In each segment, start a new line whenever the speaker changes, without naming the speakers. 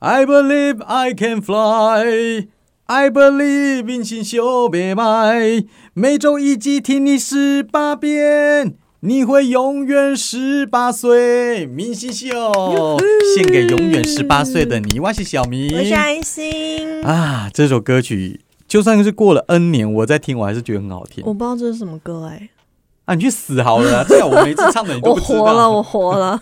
I believe I can fly。I believe 明星秀别卖，每周一集听你十八遍，你会永远十八岁。明星秀献给永远十八岁的你，我是小明，
我是安心。
啊，这首歌曲就算是过了 N 年，我在听，我还是觉得很好听
我不知道这是什么歌哎、
啊！ 你去死好了啦，这样我每次唱的你都
我
不知道。
活了，我活了。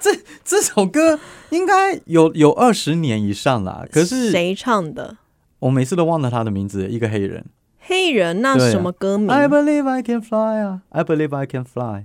这这首歌应该有有二十年以上啦， 可是
谁唱的？
我每次都忘了他的名字，一个黑人。
黑人那
对啊
什么歌名？
I believe I can fly 啊，I believe I can fly。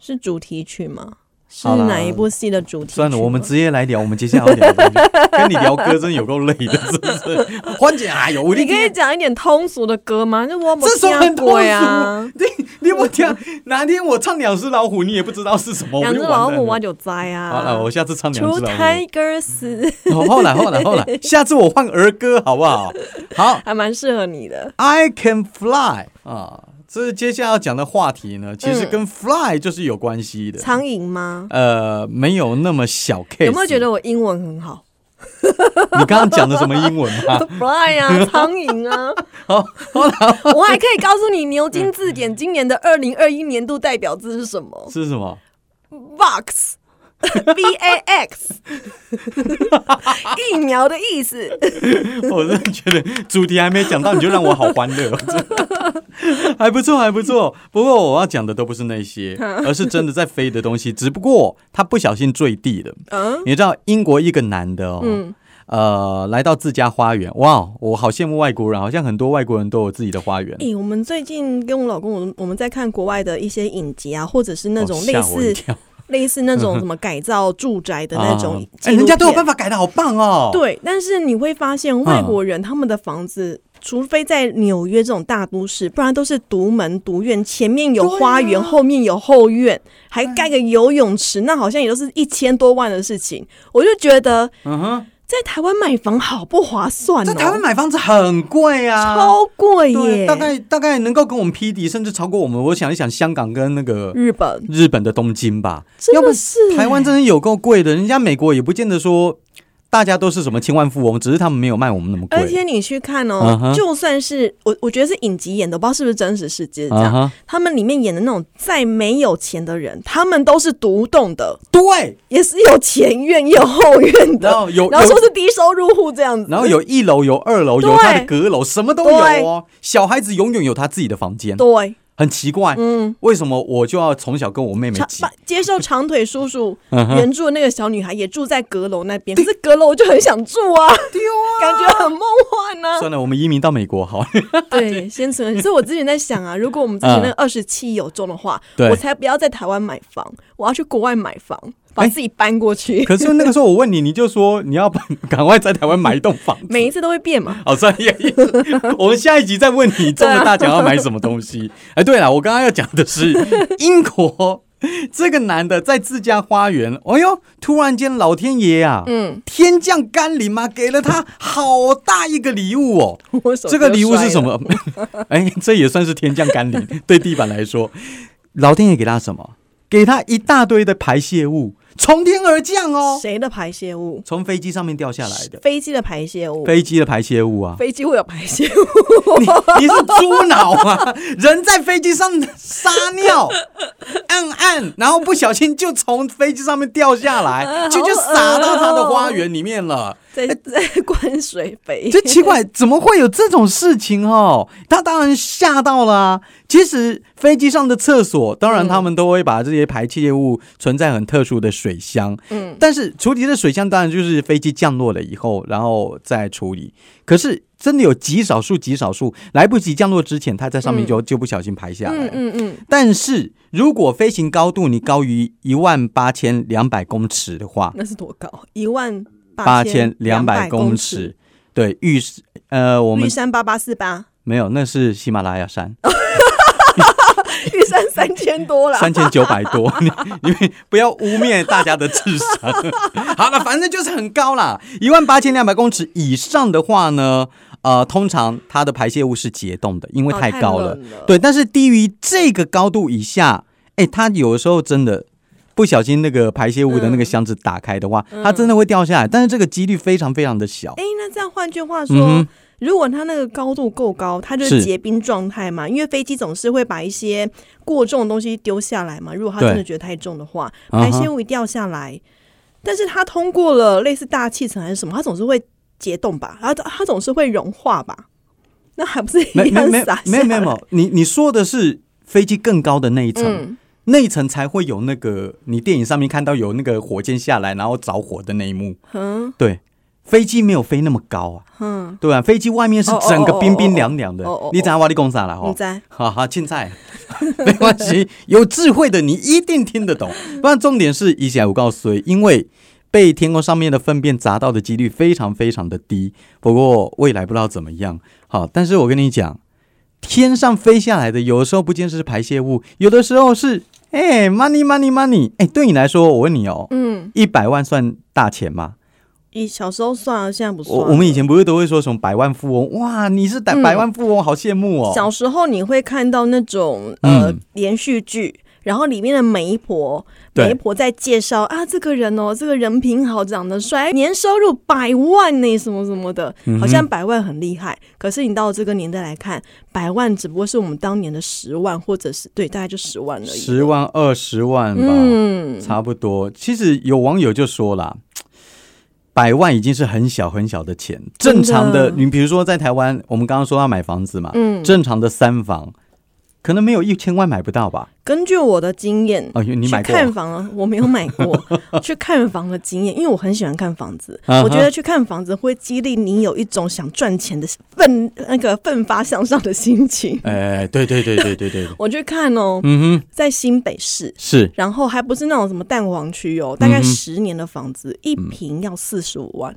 是主题曲吗？是
好啦
哪一部戏的主题曲吗？
算了，我们直接来聊，我们接下来要聊的东西跟你聊歌真的有够累的，是不 是？欢姐，哎呦，我
你
你
可以讲一点通俗的歌吗？那我没
这首
听啊
很
过呀。
你你我讲，哪天我唱两只老虎，你也不知道是什么，
两
我
只
就
老
完蛋
虎挖
了。
九灾啊！
好了，我下次唱两
除
只老虎。
Tigers
后后来后来 后来，下次我换儿歌好不好？好，
还蛮适合你的。
I can fly 啊，这是接下来要讲的话题呢，其实跟 fly 就是有关系的。
苍蝇吗？
呃，没有那么小 case。
有没有觉得我英文很好
你刚刚讲的什么英文吗？
？Fly 啊，苍蝇啊！
好，
我还可以告诉你，牛津字典今年的二零二一年度代表字是什么
是什么？
？Vox。V A X 疫苗的意 思，
我真的觉得主题还没讲到，你就让我好欢乐 哦，真的还不错，还不错。不过我要讲的都不是那 些，
嗯
而是真的在飞的东西，只不过他不小心坠地了。
嗯，
你知道英国一个男的哦，
嗯
呃，来到自家花园，哇，我好羡慕外国人，好像很多外国人都有自己的花园。
诶、哎我们最近跟我老公，我们我们在看国外的一些影集啊，或者是那种
哦
类
吓我一
似、
跳
类似那种什么改造住宅的那种
啊
纪录片、
人家都有办法改的好棒哦。，
对，但是你会发现外国人他们的房子，除非在纽约这种大都市，不然都是独门独院，前面有花园，后面有后院，还盖个游泳池，那好像也都是一千多万的事情。我就觉得
嗯哼，
在台湾买房好不划算
在
哦，
台湾买房子很贵啊，
超贵
对，
耶，
大概大概能够跟我们匹敌，甚至超过我们。我想一想，香港跟那个
日本
日本的东京吧，
真
要不
的是
台湾真的有够贵的，人家美国也不见得说大家都是什么千万富翁，只是他们没有卖我们那么贵。
而且你去看
嗯
哦
哼
就算是我，我觉得是影集演的，我不知道是不是真实世界这
啊
样。
哈，
他们里面演的那种再没有钱的人，他们都是独栋的，
对，
也是有前院也有后院
然
的，
后有
然后
有
说是低收入户这样子，
然后有一楼，有二楼，
对
有他的阁楼，什么都有哦。小孩子永远有他自己的房间，
对，
很奇怪，
嗯，
为什么我就要从小跟我妹妹
长
挤
把？接受长腿叔叔
嗯哼
原住的那个小女孩也住在阁楼那边，可是阁楼我就很想住 啊，感觉很梦幻呢、
算了，我们移民到美国好。
对，先存。所以我之前在想啊，如果我们之前那
嗯
二十七有中的话，
对
我才不要在台湾买房，我要去国外买房，把
哎
自己搬过去。
可是那个时候我问你，你就说你要把 赶快在台湾买一栋房子。
每一次都会变嘛，
好，算了，也也我们下一集再问你中了大奖要买什么东西。 哎，对了，我刚刚要讲的是英国这个男的在自家花园，哎呦，突然间老天爷啊，
嗯，
天降甘霖嘛，给了他好大一个礼物哦。
我手
这个
就
礼物
摔
是
了
什？么？ 哎，这也算是天降甘霖， 对地板来说，老天爷给他什么？给他一大堆的排泄物从天而降哦，
谁的排泄物？
从飞机上面掉下来的
飞机的排泄物。
飞机的排泄物啊！
飞机会有排 泄物，
你是猪脑啊！人在飞机上撒尿，按按，然后不小心就从飞机上面掉下来，就就撒到他的花园里面了。
在在灌水肥。
这奇怪，怎么会有这种事情哦？他当然吓到了、啊。其实飞机上的厕所，当然他们都会把这些排泄物存在很特殊的水箱，
嗯，
但是处理的水箱当然就是飞机降落了以后，然后再处理。可是真的有极少数、极少数来不及降落之前，它在上面就、就不小心排下来
嗯
了。
嗯嗯，
但是如果飞行高度你高于一万八千两百公尺的话，
那是多高？一万
八
千
千两百公
公
尺。，对，玉山呃，我
玉
们
山八八四八，
没有，那是喜马拉雅山，
玉山三千多啦。
三千九百多。你你们不要污蔑大家的智商。 好了，反正就是很高啦，一万八千两百公尺以上的话呢，呃，通常它的排泄物是结冻的，因为
哦
太高了。
冷了
对，但是低于这个高度以下，哎，它有的时候真的不小心那个排泄物的那个箱子打开的话，它真的会掉下来，但是这个几率非常非常的小
哎、。那这样换句话
嗯
说
哼，
如果它那个高度够高，它就是是结冰状态嘛。因为飞机总是会把一些过重的东西丢下来嘛。如果它真的
对
觉得太重的话，
嗯
排
哼
泄物一掉下来，但是它通过了类似大气层还是什么，它总是会结冻吧？它它总是会融化吧？那还不是
没
一
没
样
没
洒下
没
来？
有没有没有，你你说的是飞机更高的那一层，
嗯，
那一层才会有那个你电影上面看到有那个火箭下来然后着火的那一幕。
嗯
对，飞机没有飞那么高啊，
嗯，
对啊，飞机外面是
哦哦
整个
哦哦
冰
哦
冰
哦
凉凉的
哦哦哦。
你知道我在讲啥了
你
吼？
在
哈哈，青菜 没关系，有智慧的你一定听得懂。不然重点是以下我告诉你，因为被天空上面的粪便砸到的几率非常非常的低。不过未来不知道怎么样，好，但是我跟你讲，天上飞下来的有的时候不见得是排泄物，有的时候是哎、money money money，哎、对你来说，我问你哦，
嗯，
一百万算大钱吗？
以小时候算啊了，现在不算
我
了。
我们以前不是都会说什么百万富翁？哇，你是百
嗯
百万富翁，好羡慕哦。
小时候你会看到那种呃、
嗯
连续剧，然后里面的媒婆，
对
媒婆在介绍啊，这个人哦，这个人品好，长得帅，年收入百万呢，什么什么的，
嗯
好像百万很厉害。可是你到这个年代来看，百万只不过是我们当年的十万，或者是对，大概就十万而已。
十万、二十万吧，
嗯，
差不多。其实有网友就说啦，百万已经是很小很小的钱，正
真的
常的，你比如说在台湾，我们刚刚说要买房子嘛，
嗯
正常的三房。可能没有一千万买不到吧？
根据我的经验。
哦，你买
去
过？
看房啊，我没有买 过。去看房的经验，因为我很喜欢看房子，
啊哈
我觉得去看房子会激励你有一种想赚钱的奋那个奋发向上的心情。
哎，对对对对对 对，
我去看哦，
嗯哼，
在新北市，
是
然后还不是那种什么蛋黄区哦，大概
嗯哼
十年的房子，一平要四十五万，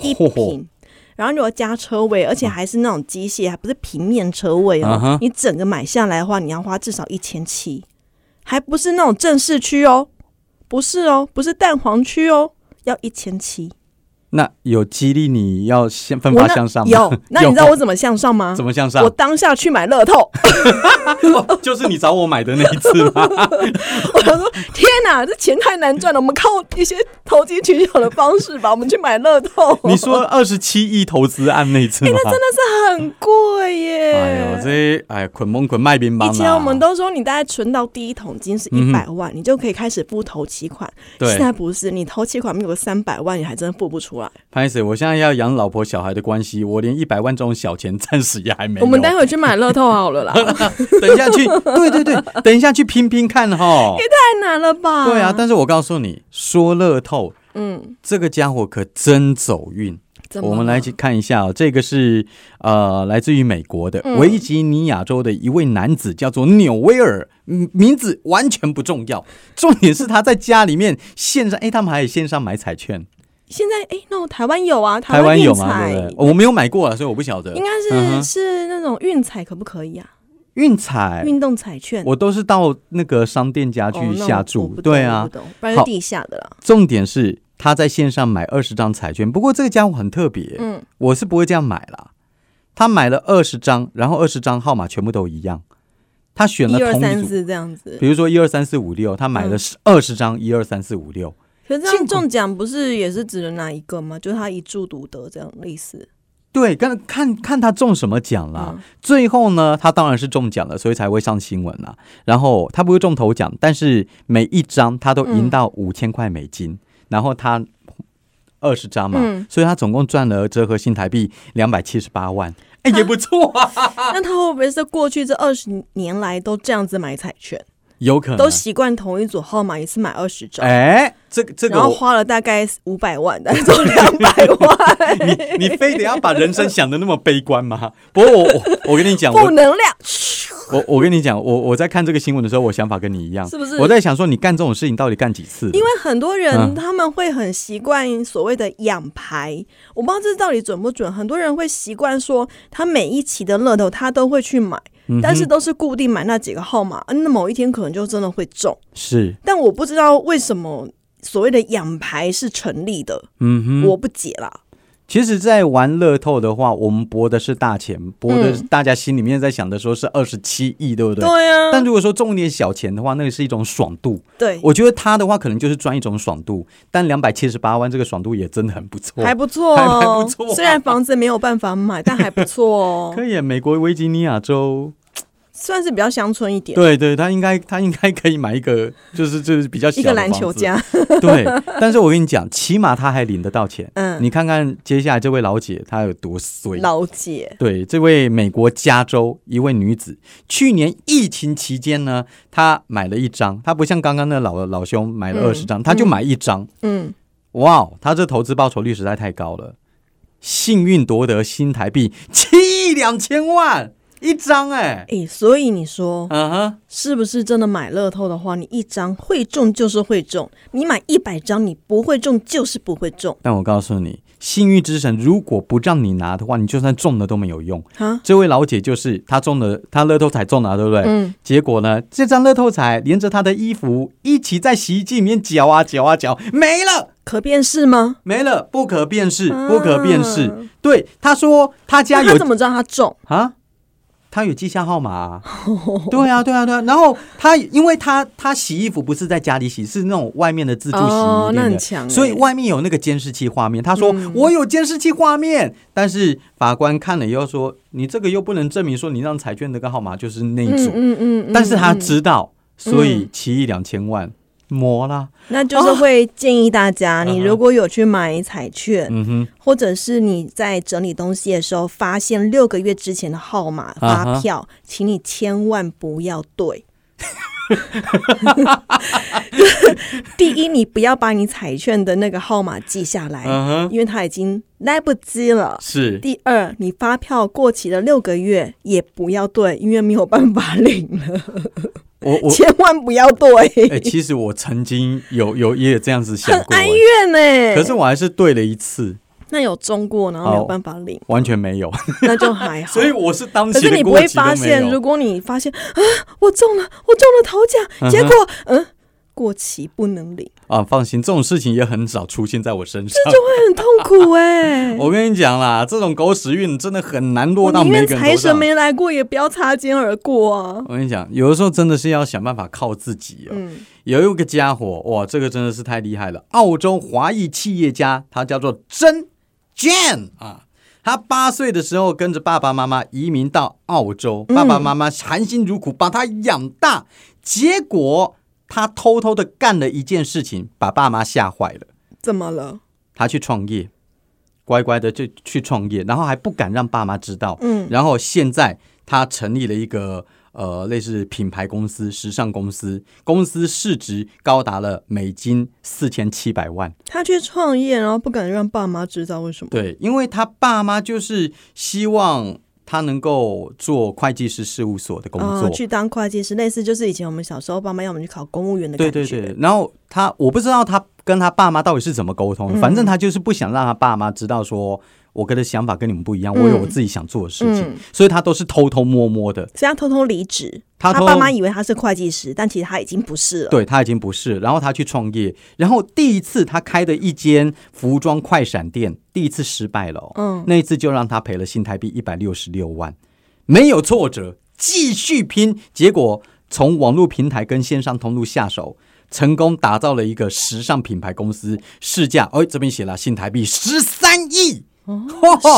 一
嚯嚯嗯
平。然后如果加车位，而且还是那种机械，还不是平面车位
啊
哦。
哈
你整个买下来的话，你要花至少一千七，还不是那种正市区哦，不是哦，不是蛋黄区哦，要一千七。
那有激励你要先奋
我
发
那
向上吗？
有，那你知道我怎么向上吗？
怎么向上
我？当下去买乐透，
哦 就是你找我买的那一次吗？
我想说天哪，这钱太难赚了，我们靠一些投机取巧的方式吧，我们去买乐透。
你说二十七亿投资案那一次吗？
哎那是很贵耶！
哎呦，这哎捆蒙捆卖冰棒、啊。
以前我们都说，你大概存到第一桶金是一百万，你就可以开始付头期款。
嗯对
现在不是，你头期款没有个三百万，你还真付不出来。
潘 Sir，我现在要养老婆小孩的关系，我连一百万这种小钱暂时也还没有。
我们待会去买乐透好 了啦，
等一下去，对对对，等一下去拼拼看哈。
太难了吧？
对啊，但是我告诉你，说乐透
嗯，
这个家伙可真走运。
怎么
我们来
了
一起看一下、哦，这个是呃来自于美国的
嗯
维吉尼亚州的一位男子，叫做纽威尔，嗯名字完全不重要，重点是他在家里面线上，哎，他们还有线上买彩券，
现在哎，那我台湾有啊，
台湾
湾
有
运
吗？
彩
对不对？我没有买过啊，所以我不晓得
应。该
嗯
是
哼
是那种运彩，可不可以啊？
运彩，
运动彩券。
哎我都是到那个商店家
哦
去
那
下
我我
注，
不懂
对
我
啊
不。懂不然
好
就地下的啦。
重点是他在线上买二十张彩券，不过这个家伙很特别，
嗯，
我是不会这样买啦。他买了二十张，然后二十张号码全部都一样，他选了
一二
同
三
一组，
四嗯这样子。
比如说一二三四五六，他买了二十张一二三四五六，
可是这
幸
样中奖不是也是只能拿一个吗？就他一注独得这样类似。
对，看看看他中什么奖啦。
嗯
最后呢，他当然是中奖了，所以才会上新闻啦。然后他不会中头奖，但是每一张他都赢到五千块美金，然后他二十张嘛，
嗯
所以他总共赚了折合新台币两百七十八万，哎、也不错啊，
那他会不会是过去这二十年来都这样子买彩券，
有可能
都习惯同一组号码，一次买二十张，
嗯哎、这个这个
然后
我，
花了大概五百万， 但中两 百万，
你 你非得要把人生想的那么悲观吗？不过我我我跟你讲，我
负能量。
我我跟你讲，我我在看这个新闻的时候，我想法跟你一样，
是不是
我在想说，你干这种事情到底干几次？
因为很多
嗯
人他们会很习惯所谓的养牌，我不知道这到底准不准。很多人会习惯说，他每一期的乐透他都会去买，
嗯
但是都是固定买那几个号码，嗯那某一天可能就真的会中。
是，
但我不知道为什么所谓的养牌是成立的，
嗯哼。
我不解啦。
其实，在玩乐透的话，我们博的是大钱，博的是大家心里面在想的说是二十七亿，对不对？
嗯对啊，
但如果说中点小钱的话，那个是一种爽度。
对，
我觉得他的话可能就是赚一种爽度，但两百七十八万这个爽度也真的很不错，
还不错
还还
哦
不错啊
虽然房子没有办法买，但还不错哦
可，以。啊美国维吉尼亚州，
算是比较乡村一点，
对对，他应该他应该可以买一个，就是就是比较小
一
的
个篮
房
球
子。
家，
对，但是我跟你讲，起码他还领得到钱。
嗯，
你看看接下来这位老姐她有多衰。
老姐，
对，这位美国加州一位女子，去年疫情期间呢，她买了一张，她不像刚刚那老老兄买了
嗯
二十张，她就买一张。
嗯，
哇哦，她这投资报酬率实在太高了，幸运夺得新台币七亿两千万一张哎、
诶，所以你说
嗯哼，
是不是真的买乐透的话，你一张会中就是会中，你买一百张你不会中就是不会中
但我告诉你，幸运之神如果不让你拿的话，你就算中了都没有用。
啊？
这位老姐就是她中了，她乐透彩中了，对不对？
嗯，
结果呢，这张乐透彩连着她的衣服一起在洗衣机里面搅啊搅啊搅，没了。
可辨识吗？
没了，不可辨识，
啊
不可辨识。对，她说她家
那他
有
怎么知道他中？
啊，她有记下号码、啊。对啊，对啊，对啊。然后她，因为她她洗衣服不是在家里洗，是那种外面的自助洗
哦
衣
那
店
很
的，
强欸
所以外面有那个监视器画面。她说、
嗯
我有监视器画面，但是法官看了以后说你这个又不能证明说你让彩券那个号码就是那一组，
嗯嗯
但是他知道，所以七亿两千万磨啦。
那
哦
就是会建议大家，
啊
你如果有去买彩券，
嗯哼，
或者是你在整理东西的时候发现六个月之前的号码
啊哈
发票，请你千万不要 对。 第一，你不要把你彩券的那个号码记下来，
嗯哼，
因为它已经来不及了。
是。
第二，你发票过期的六个月也不要对，因为没有办法领了，
我我
千万不要对，
哎、其实我曾经有有也有这样子想
很
过、
哀
哎
怨欸呢、
可是我还是对了一次，
那有中过，然后没有办法领，
完全没有，
那就还 好。
所以我是当
嗯可
期
是
的
你不
过
会
期都
发
没
现，
有
如。果你发现啊，我中了，我中了头奖，结果嗯。过期不 能领，
啊，放心，这种事情也很少出现在我身上。
会很痛苦 哎、
我跟你讲啦，这种狗屎运真的很难落
我
到
宁
每
愿
个人
财
头
神
上。
没来过，也不要擦肩而过啊。
我跟你讲，有的时候真的是要想办法靠自己哦。
嗯，
有一个家伙，哇，这个真的是太厉害了！澳洲华裔企业家，他叫做珍 Jan 啊。他八岁的时候跟着爸爸妈妈移民到澳洲，爸爸妈妈含辛茹苦把他养大，结果他偷偷的干了一件事情，把爸妈吓坏了。
怎么了？
他去创业，乖乖的就去创业，然后还不敢让爸妈知道。
嗯，
然后现在他成立了一个呃类似品牌公司、时尚公司，公司市值高达了美金四千七百万。
他去创业，然后不敢让爸妈知道，为什么？
对，因为他爸妈就是希望他能够做会计师事务所的工
啊、
作。
去当会计师，类似就是以前我们小时候爸妈要我们去考公务员的感
对
觉。
对对，然后他我不知道他跟他爸妈到底是怎么沟通，
嗯
反正他就是不想让他爸妈知道说我哥的想法跟你们不一样，我有我自己想做的事情，
嗯
所以他都是偷偷摸摸的。
所以他偷偷离职，
他偷
爸
偷
妈以为他是会计师，但其实他已经不是了。
对他已经不是，然后他去创业，然后第一次他开的一间服装快闪店，第一次失败了、哦，
嗯，
那一次就让他赔了新台币一百六十六万，没有挫折，继续拼，结果从网络平台跟线上通路下手。成功打造了一个时尚品牌公司，市价哦，这边写了新台币十三亿，
哦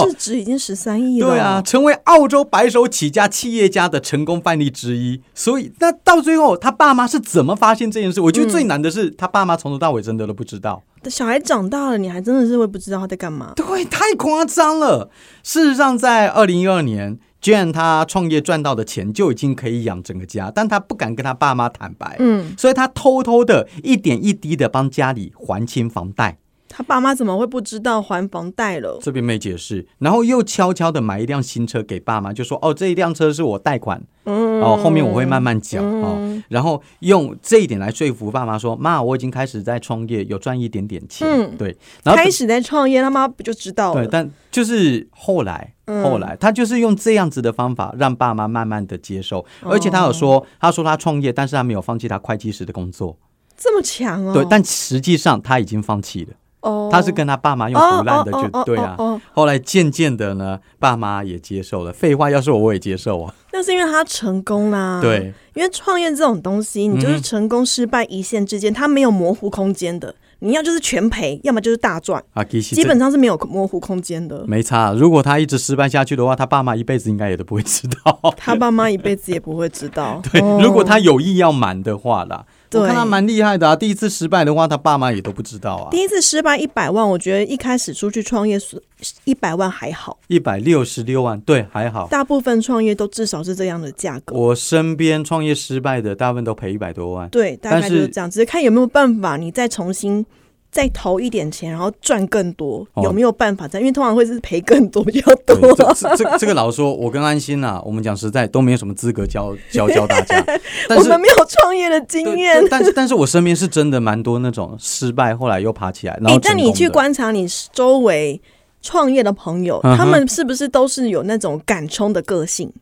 市值已经十三亿了。
哦对啊，，成为澳洲白手起家企业家的成功范例之一。所以，那到最后，他爸妈是怎么发现这件事？我觉得最难的是，他爸妈从头到尾真的都不知道。
小孩长大了，你还真的是会不知道他在干嘛。
对，太夸张了。事实上，在二零一二年。Jane 他创业赚到的钱就已经可以养整个家，但他不敢跟他爸妈坦白，
嗯，
所以他偷偷的一点一滴的帮家里还清房贷，
他爸妈怎么会不知道还房贷了？
这边没解释，然后又悄悄的买一辆新车给爸妈，就说哦，这一辆车是我贷款，
嗯，
哦，后面我会慢慢讲哦，然后用这一点来说服爸妈说，妈，我已经开始在创业，有赚一点点钱，
嗯
对，然后
开始在创业，他妈不就知道
对，
了？
但就是后来，
嗯
后来他就是用这样子的方法让爸妈慢慢的接受，
哦
而且他有说，他说他创业，但是他没有放弃他会计师的工作，
这么强哦。
对，但实际上他已经放弃了。
哦，
他是跟他爸妈用
哦
胡烂的
哦
就
哦
对啊
哦。哦
后来渐渐的呢，爸妈也接受了。废话，要是我我也接受啊。
那是因为他成功啦。
对，
因为创业这种东西，你就是
嗯
成功失败一线之间，它没有模糊空间的。你要就是全赔，要么就是大赚，
啊，其实嗯
基本上是没有模糊空间的
这。没差。啊如果他一直失败下去的话，他爸妈一辈子应该也都不会知道。
他爸妈一辈子也不会知道。
对，
哦
如果他有意要瞒的话啦，我
对
看他蛮厉害的啊。第一次失败的话，他爸妈也都不知道啊
第。一次失败一百万，我觉得一开始出去创业是一百万还好，
一百六十六万，对，还好。
大部分创业都至少是这样的价格。
我身边创业失败的，大部分都赔一百多万。
对，大
但
概就是
是
这样，只是看有没有办法，你再重新再投一点钱，然后赚更多，
哦
有没有办法这样？因为通常会是赔更多比较
对
多。
这这这这个老实说，我跟安心啊，我们讲实在都没有什么资格教教教大 家。但
我
是
们没有创业的经验
对。但但是但是我身边是真的蛮多那种失败后来又爬起来，然
哎、
后
但
成
你
功
去
的
观察你周围创业的朋友，
嗯哼
他们是不是都是有那种敢冲的个性？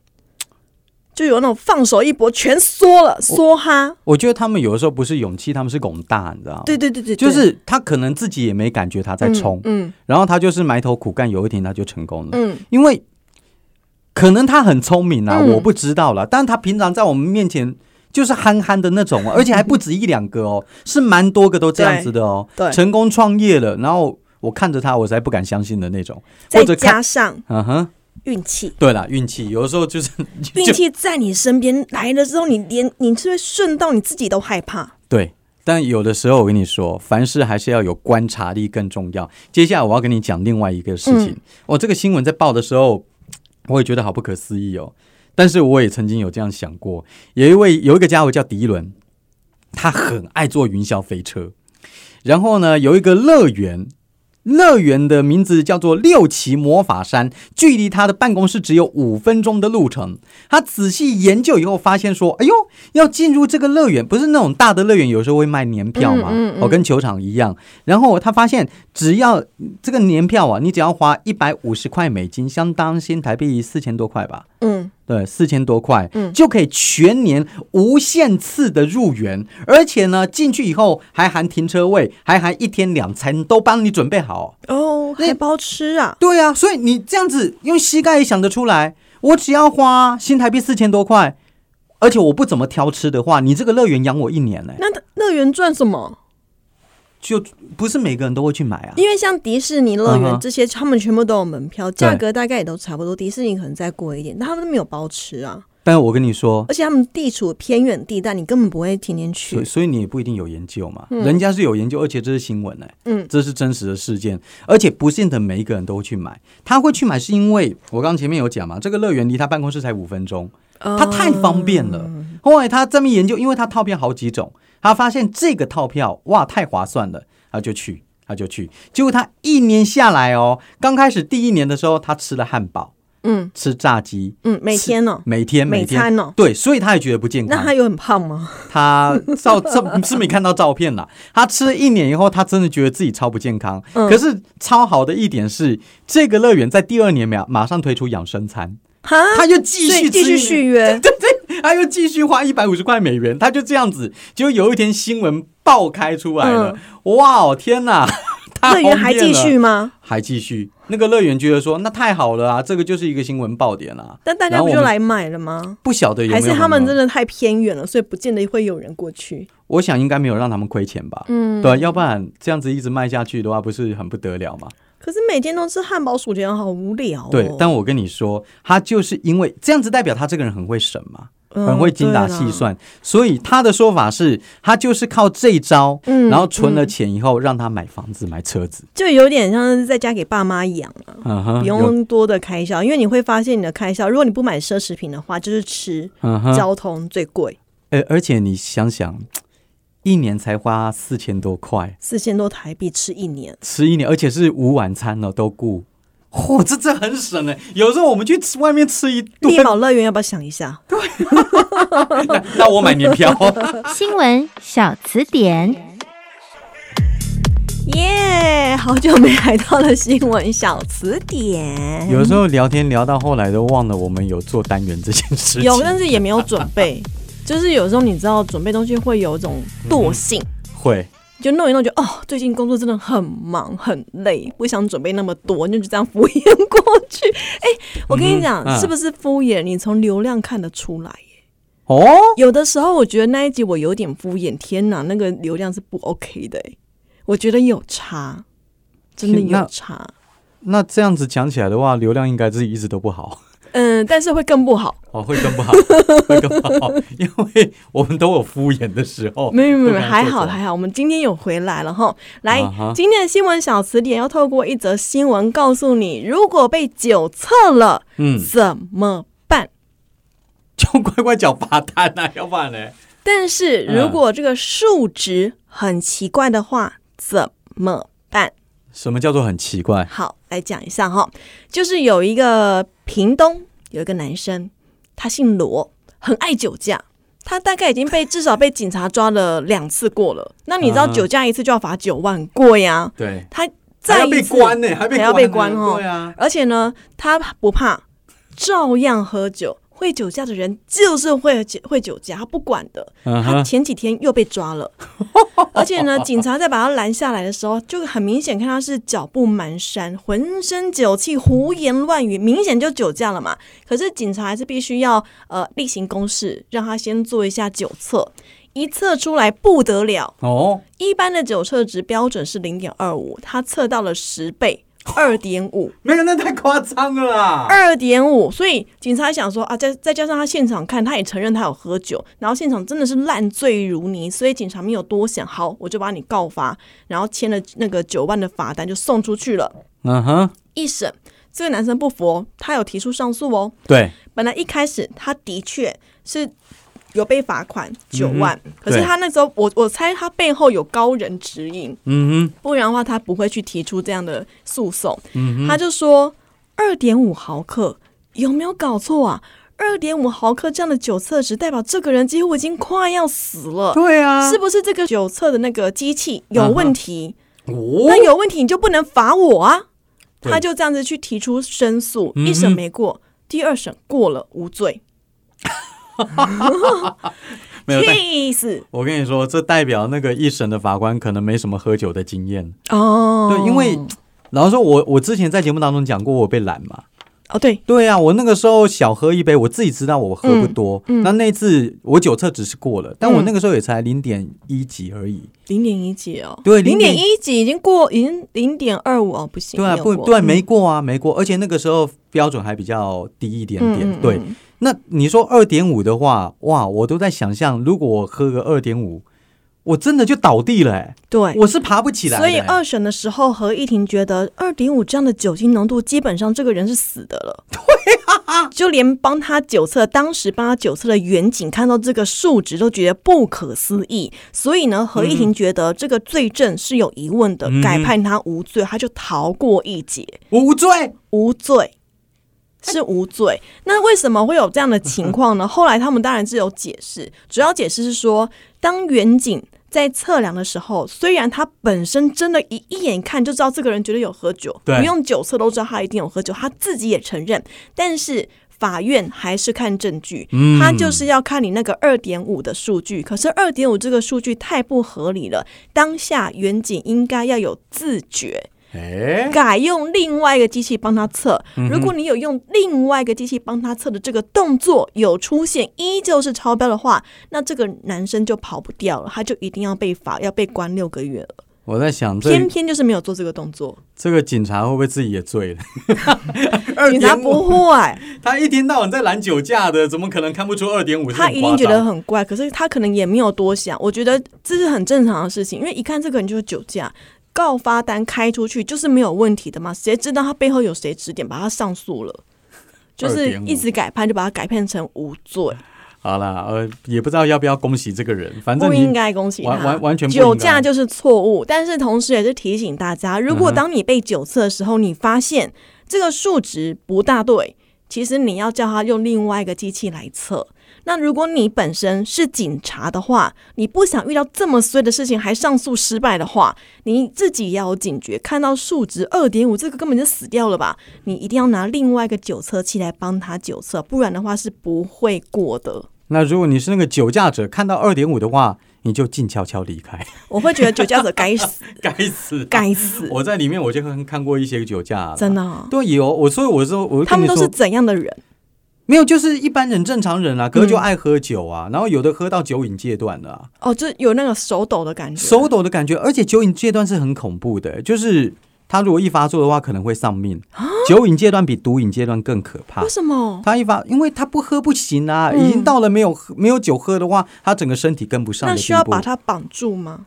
就有那种放手一搏，全缩了，缩哈。
我觉得他们有的时候不是勇气，他们是拱大，你知道吗？
对对对对，对
就是他可能自己也没感觉他在冲，
嗯
然后他就是埋头苦干，有一天他就成功了。
嗯，
因为可能他很聪明啊，
嗯
我不知道啦，但他平常在我们面前就是憨憨的那种、哦，而且还不止一两个哦，是蛮多个都这样子的哦。
对对
成功创业了，然后我看着他，我才不敢相信的那种，或
再
者看
加，上
嗯哼，
运气，
对啦，运气，有的时候就是
运
就
气在你身边来了之后，你连你是会顺到你自己都害怕。
对，但有的时候我跟你说，凡事还是要有观察力更重要。接下来我要跟你讲另外一个事
嗯
情。我、这个新闻在报的时候，我也觉得好不可思议哦。但是我也曾经有这样想过，有一位有一个家伙叫迪伦，他很爱坐云霄飞车。然后呢，有一个乐园，乐园的名字叫做六旗魔法山，距离他的办公室只有五分钟的路程。他仔细研究以后发现说：“哎呦，要进入这个乐园，不是那种大的乐园，有时候会卖年票嘛，
嗯嗯嗯
哦，跟球场一样。”然后他发现，只要这个年票啊，你只要花一百五十块美金，相当新台币四千多块吧。
嗯，
对，四千多块，
嗯
就可以全年无限次的入园，而且呢，进去以后还含停车位，还含一天两餐都帮你准备好。
哦，
那
还包吃啊，
对啊，所以你这样子用膝盖也想得出来，我只要花新台币四千多块，而且我不怎么挑吃的话，你这个乐园养我一年呢、
那乐园赚什么？
就不是每个人都会去买啊。
因为像迪士尼乐
嗯
园
哼
这些，他们全部都有门票，
对
价格大概也都差不多。迪士尼可能再贵一点，但他们都没有包吃啊，
但是我跟你说，
而且他们地处偏远地带，你根本不会天天
所以
去。
所以你也不一定有研究嘛，人家是有研究，而且这是新闻呢、欸
嗯
这是真实的事件，而且不见得每一个人都会去买。他会去买是因为我刚前面有讲嘛，这个乐园离他办公室才五分钟，他
他
太方便了。后来他这么研究，因为他套票好几种，他发现这个套票哇太划算了，他就去，他就去。结果他一年下来哦，刚开始第一年的时候，他吃了汉堡，
嗯
吃炸鸡，
嗯，每天呢、
每天每
每
天。
餐哦、
对，所以他也觉得不健康。
那他有很胖
嗯
吗？
他照照是没看到照片啦。他吃了一年以后，他真的觉得自己超不健康。
嗯
可是超好的一点是，这个乐园在第二年秒马上推出养生餐，
哈，
他又继
啊所以
续
继续
吃一年
续约，
他又继续花一百五十块美元，他就这样子。就有一天新闻爆开出来了，哇哦天 哪！他
嗯乐园
红
还
遍
继
了
续吗？
还继续，那个乐园觉得说那太好了啊，这个就是一个新闻爆点啊。
但大
然
家
后
不
我
就
们
来买了吗？
不晓得有没
还
有
是他们
很
真的太偏远了，所以不见得会有人过去。
我想应该没有让他们亏钱吧，嗯，对，要不然这样子一直卖下去的话，不是很不得了吗？
可是每天都吃汉堡、薯条，好无聊、哦。
对，但我跟你说，他就是因为这样子，代表他这个人很会省嘛，
嗯啊
很会精打细。算，所以他的说法是，他就是靠这一招，
对啦嗯，
然后存了
嗯
钱以后，让他买房子、买车子，
就有点像是在家给爸妈养啊。
嗯哼，
不
有，
用多的开销，因为你会发现你的开销，如果你不买奢侈品的话，就是吃、
嗯哼，
交通最贵，
呃，而且你想想，一年才花四千多块，
四千多台币吃一年。
吃一年，而且是无晚餐哦，都顾。嚯、这这很省哎！有时候我们去吃外面吃一顿
力，宝乐园要不要想一下？
那那我买年 票。
新闻小词典。
耶、好久没来到了新闻小词典，
有时候聊天聊到后来都忘了我们有做单元这件事情，
有，但是也
嗯
没有准备。就是有时候你知道准备东西会有一种惰性，
会
就弄一弄就，觉得哦，最近工作真的很忙很累，不想准备那么多，你就这样敷衍过去。 哎、我跟你讲，
嗯哼嗯
是不是敷衍？你从流量看得出来耶。
哦，
有的时候我觉得那一集我有点敷衍，天哪，那个流量是不 OK 的、哎，我觉得有差，真的
天哪
有差。
那这样子讲起来的话，流量应该是一直都不好。
嗯，但是会更不好。
哦，会更不好， 会更不好，因为我们都有敷衍的时候。
没有没有，没
对
有
吧
还
作
好
者
还好，我们今天有回来了哈。来
啊哈
今天的新闻小词典要透过一则新闻告诉你，如果被酒测了
嗯，
怎么办。
就乖乖缴罚单啊，要不然呢？
但是
嗯
如果这个数值很奇怪的话，怎么办？
什么叫做很奇怪？
好，来讲一下哈，就是有一个屏东有一个男生，他姓罗，很爱酒驾。他大概已经被至少被警察抓了两次过了。那你知道
啊哈
酒驾一次就要罚九万，贵呀、
对，
他
还
再
要
一
被
次
关呢，还被
还要被
关
关
呢
哦
对啊，
而且呢，他不怕，照样喝酒。会酒驾的人就是会酒会酒驾，他不管的。
嗯
他
哼，
前几天又被 抓了，而且呢，警察在把他拦下来的时候，就很明显看他是脚步蹒跚，浑身酒气，胡言乱语，明显就酒驾了嘛。可是警察还是必须要呃例行公事，让他先做一下酒测，一测出来不得了，
哦，
一般的酒测值标准是零点二五，他测到了十倍，二点五，
没有，那太夸张了啦。
二点五。所以警察想说啊，再再加上他现场看，他也承认他有喝酒，然后现场真的是烂醉如泥，所以警察没有多想，好，我就把你告发，然后签了那个九万的罚单就送出去了。
嗯哼，
一审，这个男生不服哦，他有提出上诉哦。
对，
本来一开始他的确是有被罚款九万，可是
对
他那时候我我猜他背后有高人指引。
嗯
不然的话他不会去提出这样的诉讼。他就说二点五毫克有没有搞错啊？二点五毫克这样的酒测值，代表这个人几乎已经快要死了
哼，。对啊，
是不是这个酒测的那个机器有问题？
哦，
那有问题你就不能罚我啊！
对
他就这样子去提出申诉，
嗯哼
一审没过，第二审过了，无罪，
没有。但
气死
我跟你说，这代表那个一审的法官可能没什么喝酒的经验。
哦！
对，因为老实说我，我之前在节目当中讲过，我被懒嘛。
哦对，
对啊，我那个时候小喝一杯，我自己知道我喝不多。
嗯
那那次我酒测只是过了，但我那个时候也才零点一级而已。
零点一级哦，
对
零点
0.1
一级已经过，已经零点二五哦，不行，
对啊，
没有
不
过
对，没过啊，没过。而且那个时候标准还比较低一点点。
嗯嗯
对，
嗯
那你说二点五的话，哇，我都在想象，如果我喝个二点五，我真的就倒地了、欸，
对。
我是爬不起来的、
所以
欸
二审的时候，合议庭觉得二点五这样的酒精浓度，基本上这个人是死的了。对啊，就连帮他酒测，当时帮他酒测的远景看到这个数值都觉得不可思议。所以呢，合议庭觉得这个罪证是有疑问的，
嗯
改判他无罪，他就逃过一劫。
我无罪。
无罪，是无罪。那为什么会有这样的情 况呢？后来他们当然是有解释，主要解释是说，当远景在测量的时候，虽然他本身真的一一眼看就知道这个人绝对有喝酒，
对
不用酒测都知道他一定有喝酒，他自己也承认，但是。法院还是看证据，
嗯
他就是要看你那个二点五的数据。可是二点五这个数据太不合理了，当下远景应该要有自觉，
哎、
改用另外一个机器帮他测。
嗯
如果你有用另外一个机器帮他测的这个动作有出现，依旧是超标的话，那这个男生就跑不掉了，他就一定要被罚，要被关六个月了。
我在想这
偏偏就是没有做这个动作，
这个警察会不会自己也醉 了？二
警察
点
不
五，
会，
他一天到晚在拦酒驾的，怎么可能看不出二点五？
他一定觉得很怪，可是他可能也没有多想。我觉得这是很正常的事情，因为一看这个人就是酒驾。告发单开出去就是没有问题的嘛，谁知道他背后有谁指点，把他上诉了，就是
2.5
一直改判，就把他改判成无罪。
好啦，呃，也不知道要不要恭喜这个人，反正
不
你
应该恭喜他，
完完完全不应该
酒驾就是错误，但是同时也是提醒大家，如果
嗯
当你被酒测的时候，你发现这个数值不大对，其实你要叫他用另外一个机器来测。那如果你本身是警察的话，你不想遇到这么衰的事情，还上诉失败的话，你自己也要有警觉。看到数值二点五，这个根本就死掉了吧？你一定要拿另外一个酒测器来帮他酒测，不然的话是不会过的。
那如果你是那个酒驾者，看到二点五的话，你就静悄悄离 开，
我会觉得酒驾者该死，
该死，
该死，
我在里面我就看看过一些酒驾啦，
真的哦、
对有我，所以我说我就
他
跟你
们都
说
是怎样的人？
没有，就是一般人正常人啊，可是就
嗯
爱喝酒啊，然后有的喝到酒瘾戒断了、啊，
哦，就有那个手抖的感觉，
手抖的感觉，而且酒瘾戒断是很恐怖的，就是他如果一发作的话，可能会丧命。酒瘾戒断比毒瘾戒断更可怕
啊为。什么？
他一发，因为他不喝不行啊，
嗯
已经到了没有喝没有酒喝的话，他整个身体跟不上的
那
地步。
需要把它绑住吗？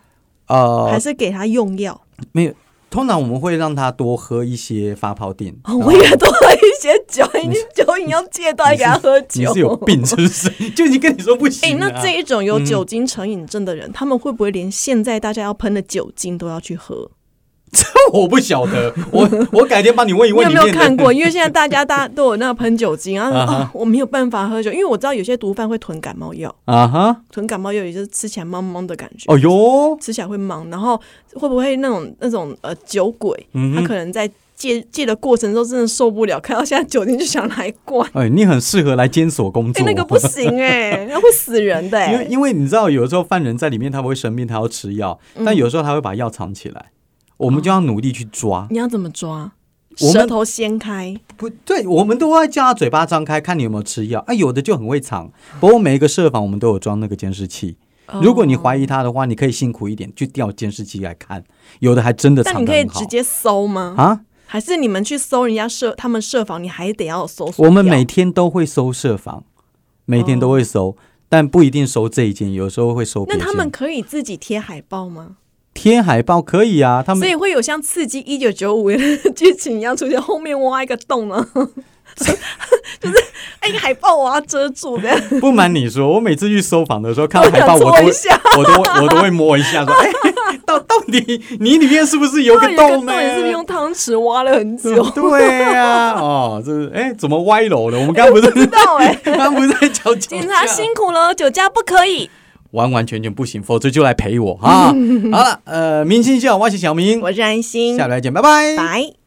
还
呃，
是给他用药？
没有，通常我们会让他多喝一些发泡定。
哦，我也多了一些酒，已经酒瘾要戒断，还给他喝酒。
你是有病啊是不 是？就已经跟你说不
哎、
行、啊。
那这一种有酒精成瘾症
嗯
的人，他们会不会连现在大家要喷的酒精都要去喝？
我不晓得，我我改天帮你问一
你
问
有
里
没
面的。
有 看过？因为现在大家大家都有那个喷酒精啊，
啊哈
啊我没有办法喝酒，因为我知道有些毒贩会囤感冒药，
啊哈？
囤感冒药也就是吃起来懵懵的感觉。
哦哟，
吃起来会忙，然后会不会那种那种呃酒鬼，
嗯
他
哼
可能在戒戒的过程中真的受不了，看到现在酒精就想来 灌，
哎，你很适合来监所工
哎、
作。
那个不行哎、那会死人的、哎
因为因为你知道，有时候犯人在里面他会生病，他要吃药，
嗯
但有时候他会把药藏起来，我们就要努力去抓。
你要怎么抓？
我们
舌头掀开，
不对，我们都会叫他嘴巴张开，看你有没有吃药。啊，有的就很会藏。不过每一个设防我们都有装那个监视器。
哦
如果你怀疑他的话，你可以辛苦一点去调监视器来看，有的还真的
但
藏
你
得
可以
很好
直接搜吗？
啊。
还是你们去搜人家设他们设防，你还得要搜索掉？
我们每天都会搜设
哦
防，每天都会搜，但不一定搜这一件，有时候会搜别
那
件。
他们可以自己贴海报吗？
贴海报可以啊，他
所
们
以会有像刺激一九九五的剧情一样出现，后面挖一个洞呢， 就是哎，海报我要遮住的。
不瞒你说，我每次去搜房的时候，看到海报，
我
我都
想搓
会
一下，
我都会我都会摸一 下，说：“哎、到到底你里面是不是有
哦
个洞呢？”
对，是不是用汤匙挖了很久？
对呀、哦，这是哎、怎么歪楼了？我们刚刚不
不知
是
道哎、
刚刚不是在讲酒
警察
驾
辛苦了，酒驾不可以。
完完全全不行，否则就来 陪我啊！好了，呃，明星秀，我是小明，
我是安心，
下礼
拜
拜见，拜拜。
拜。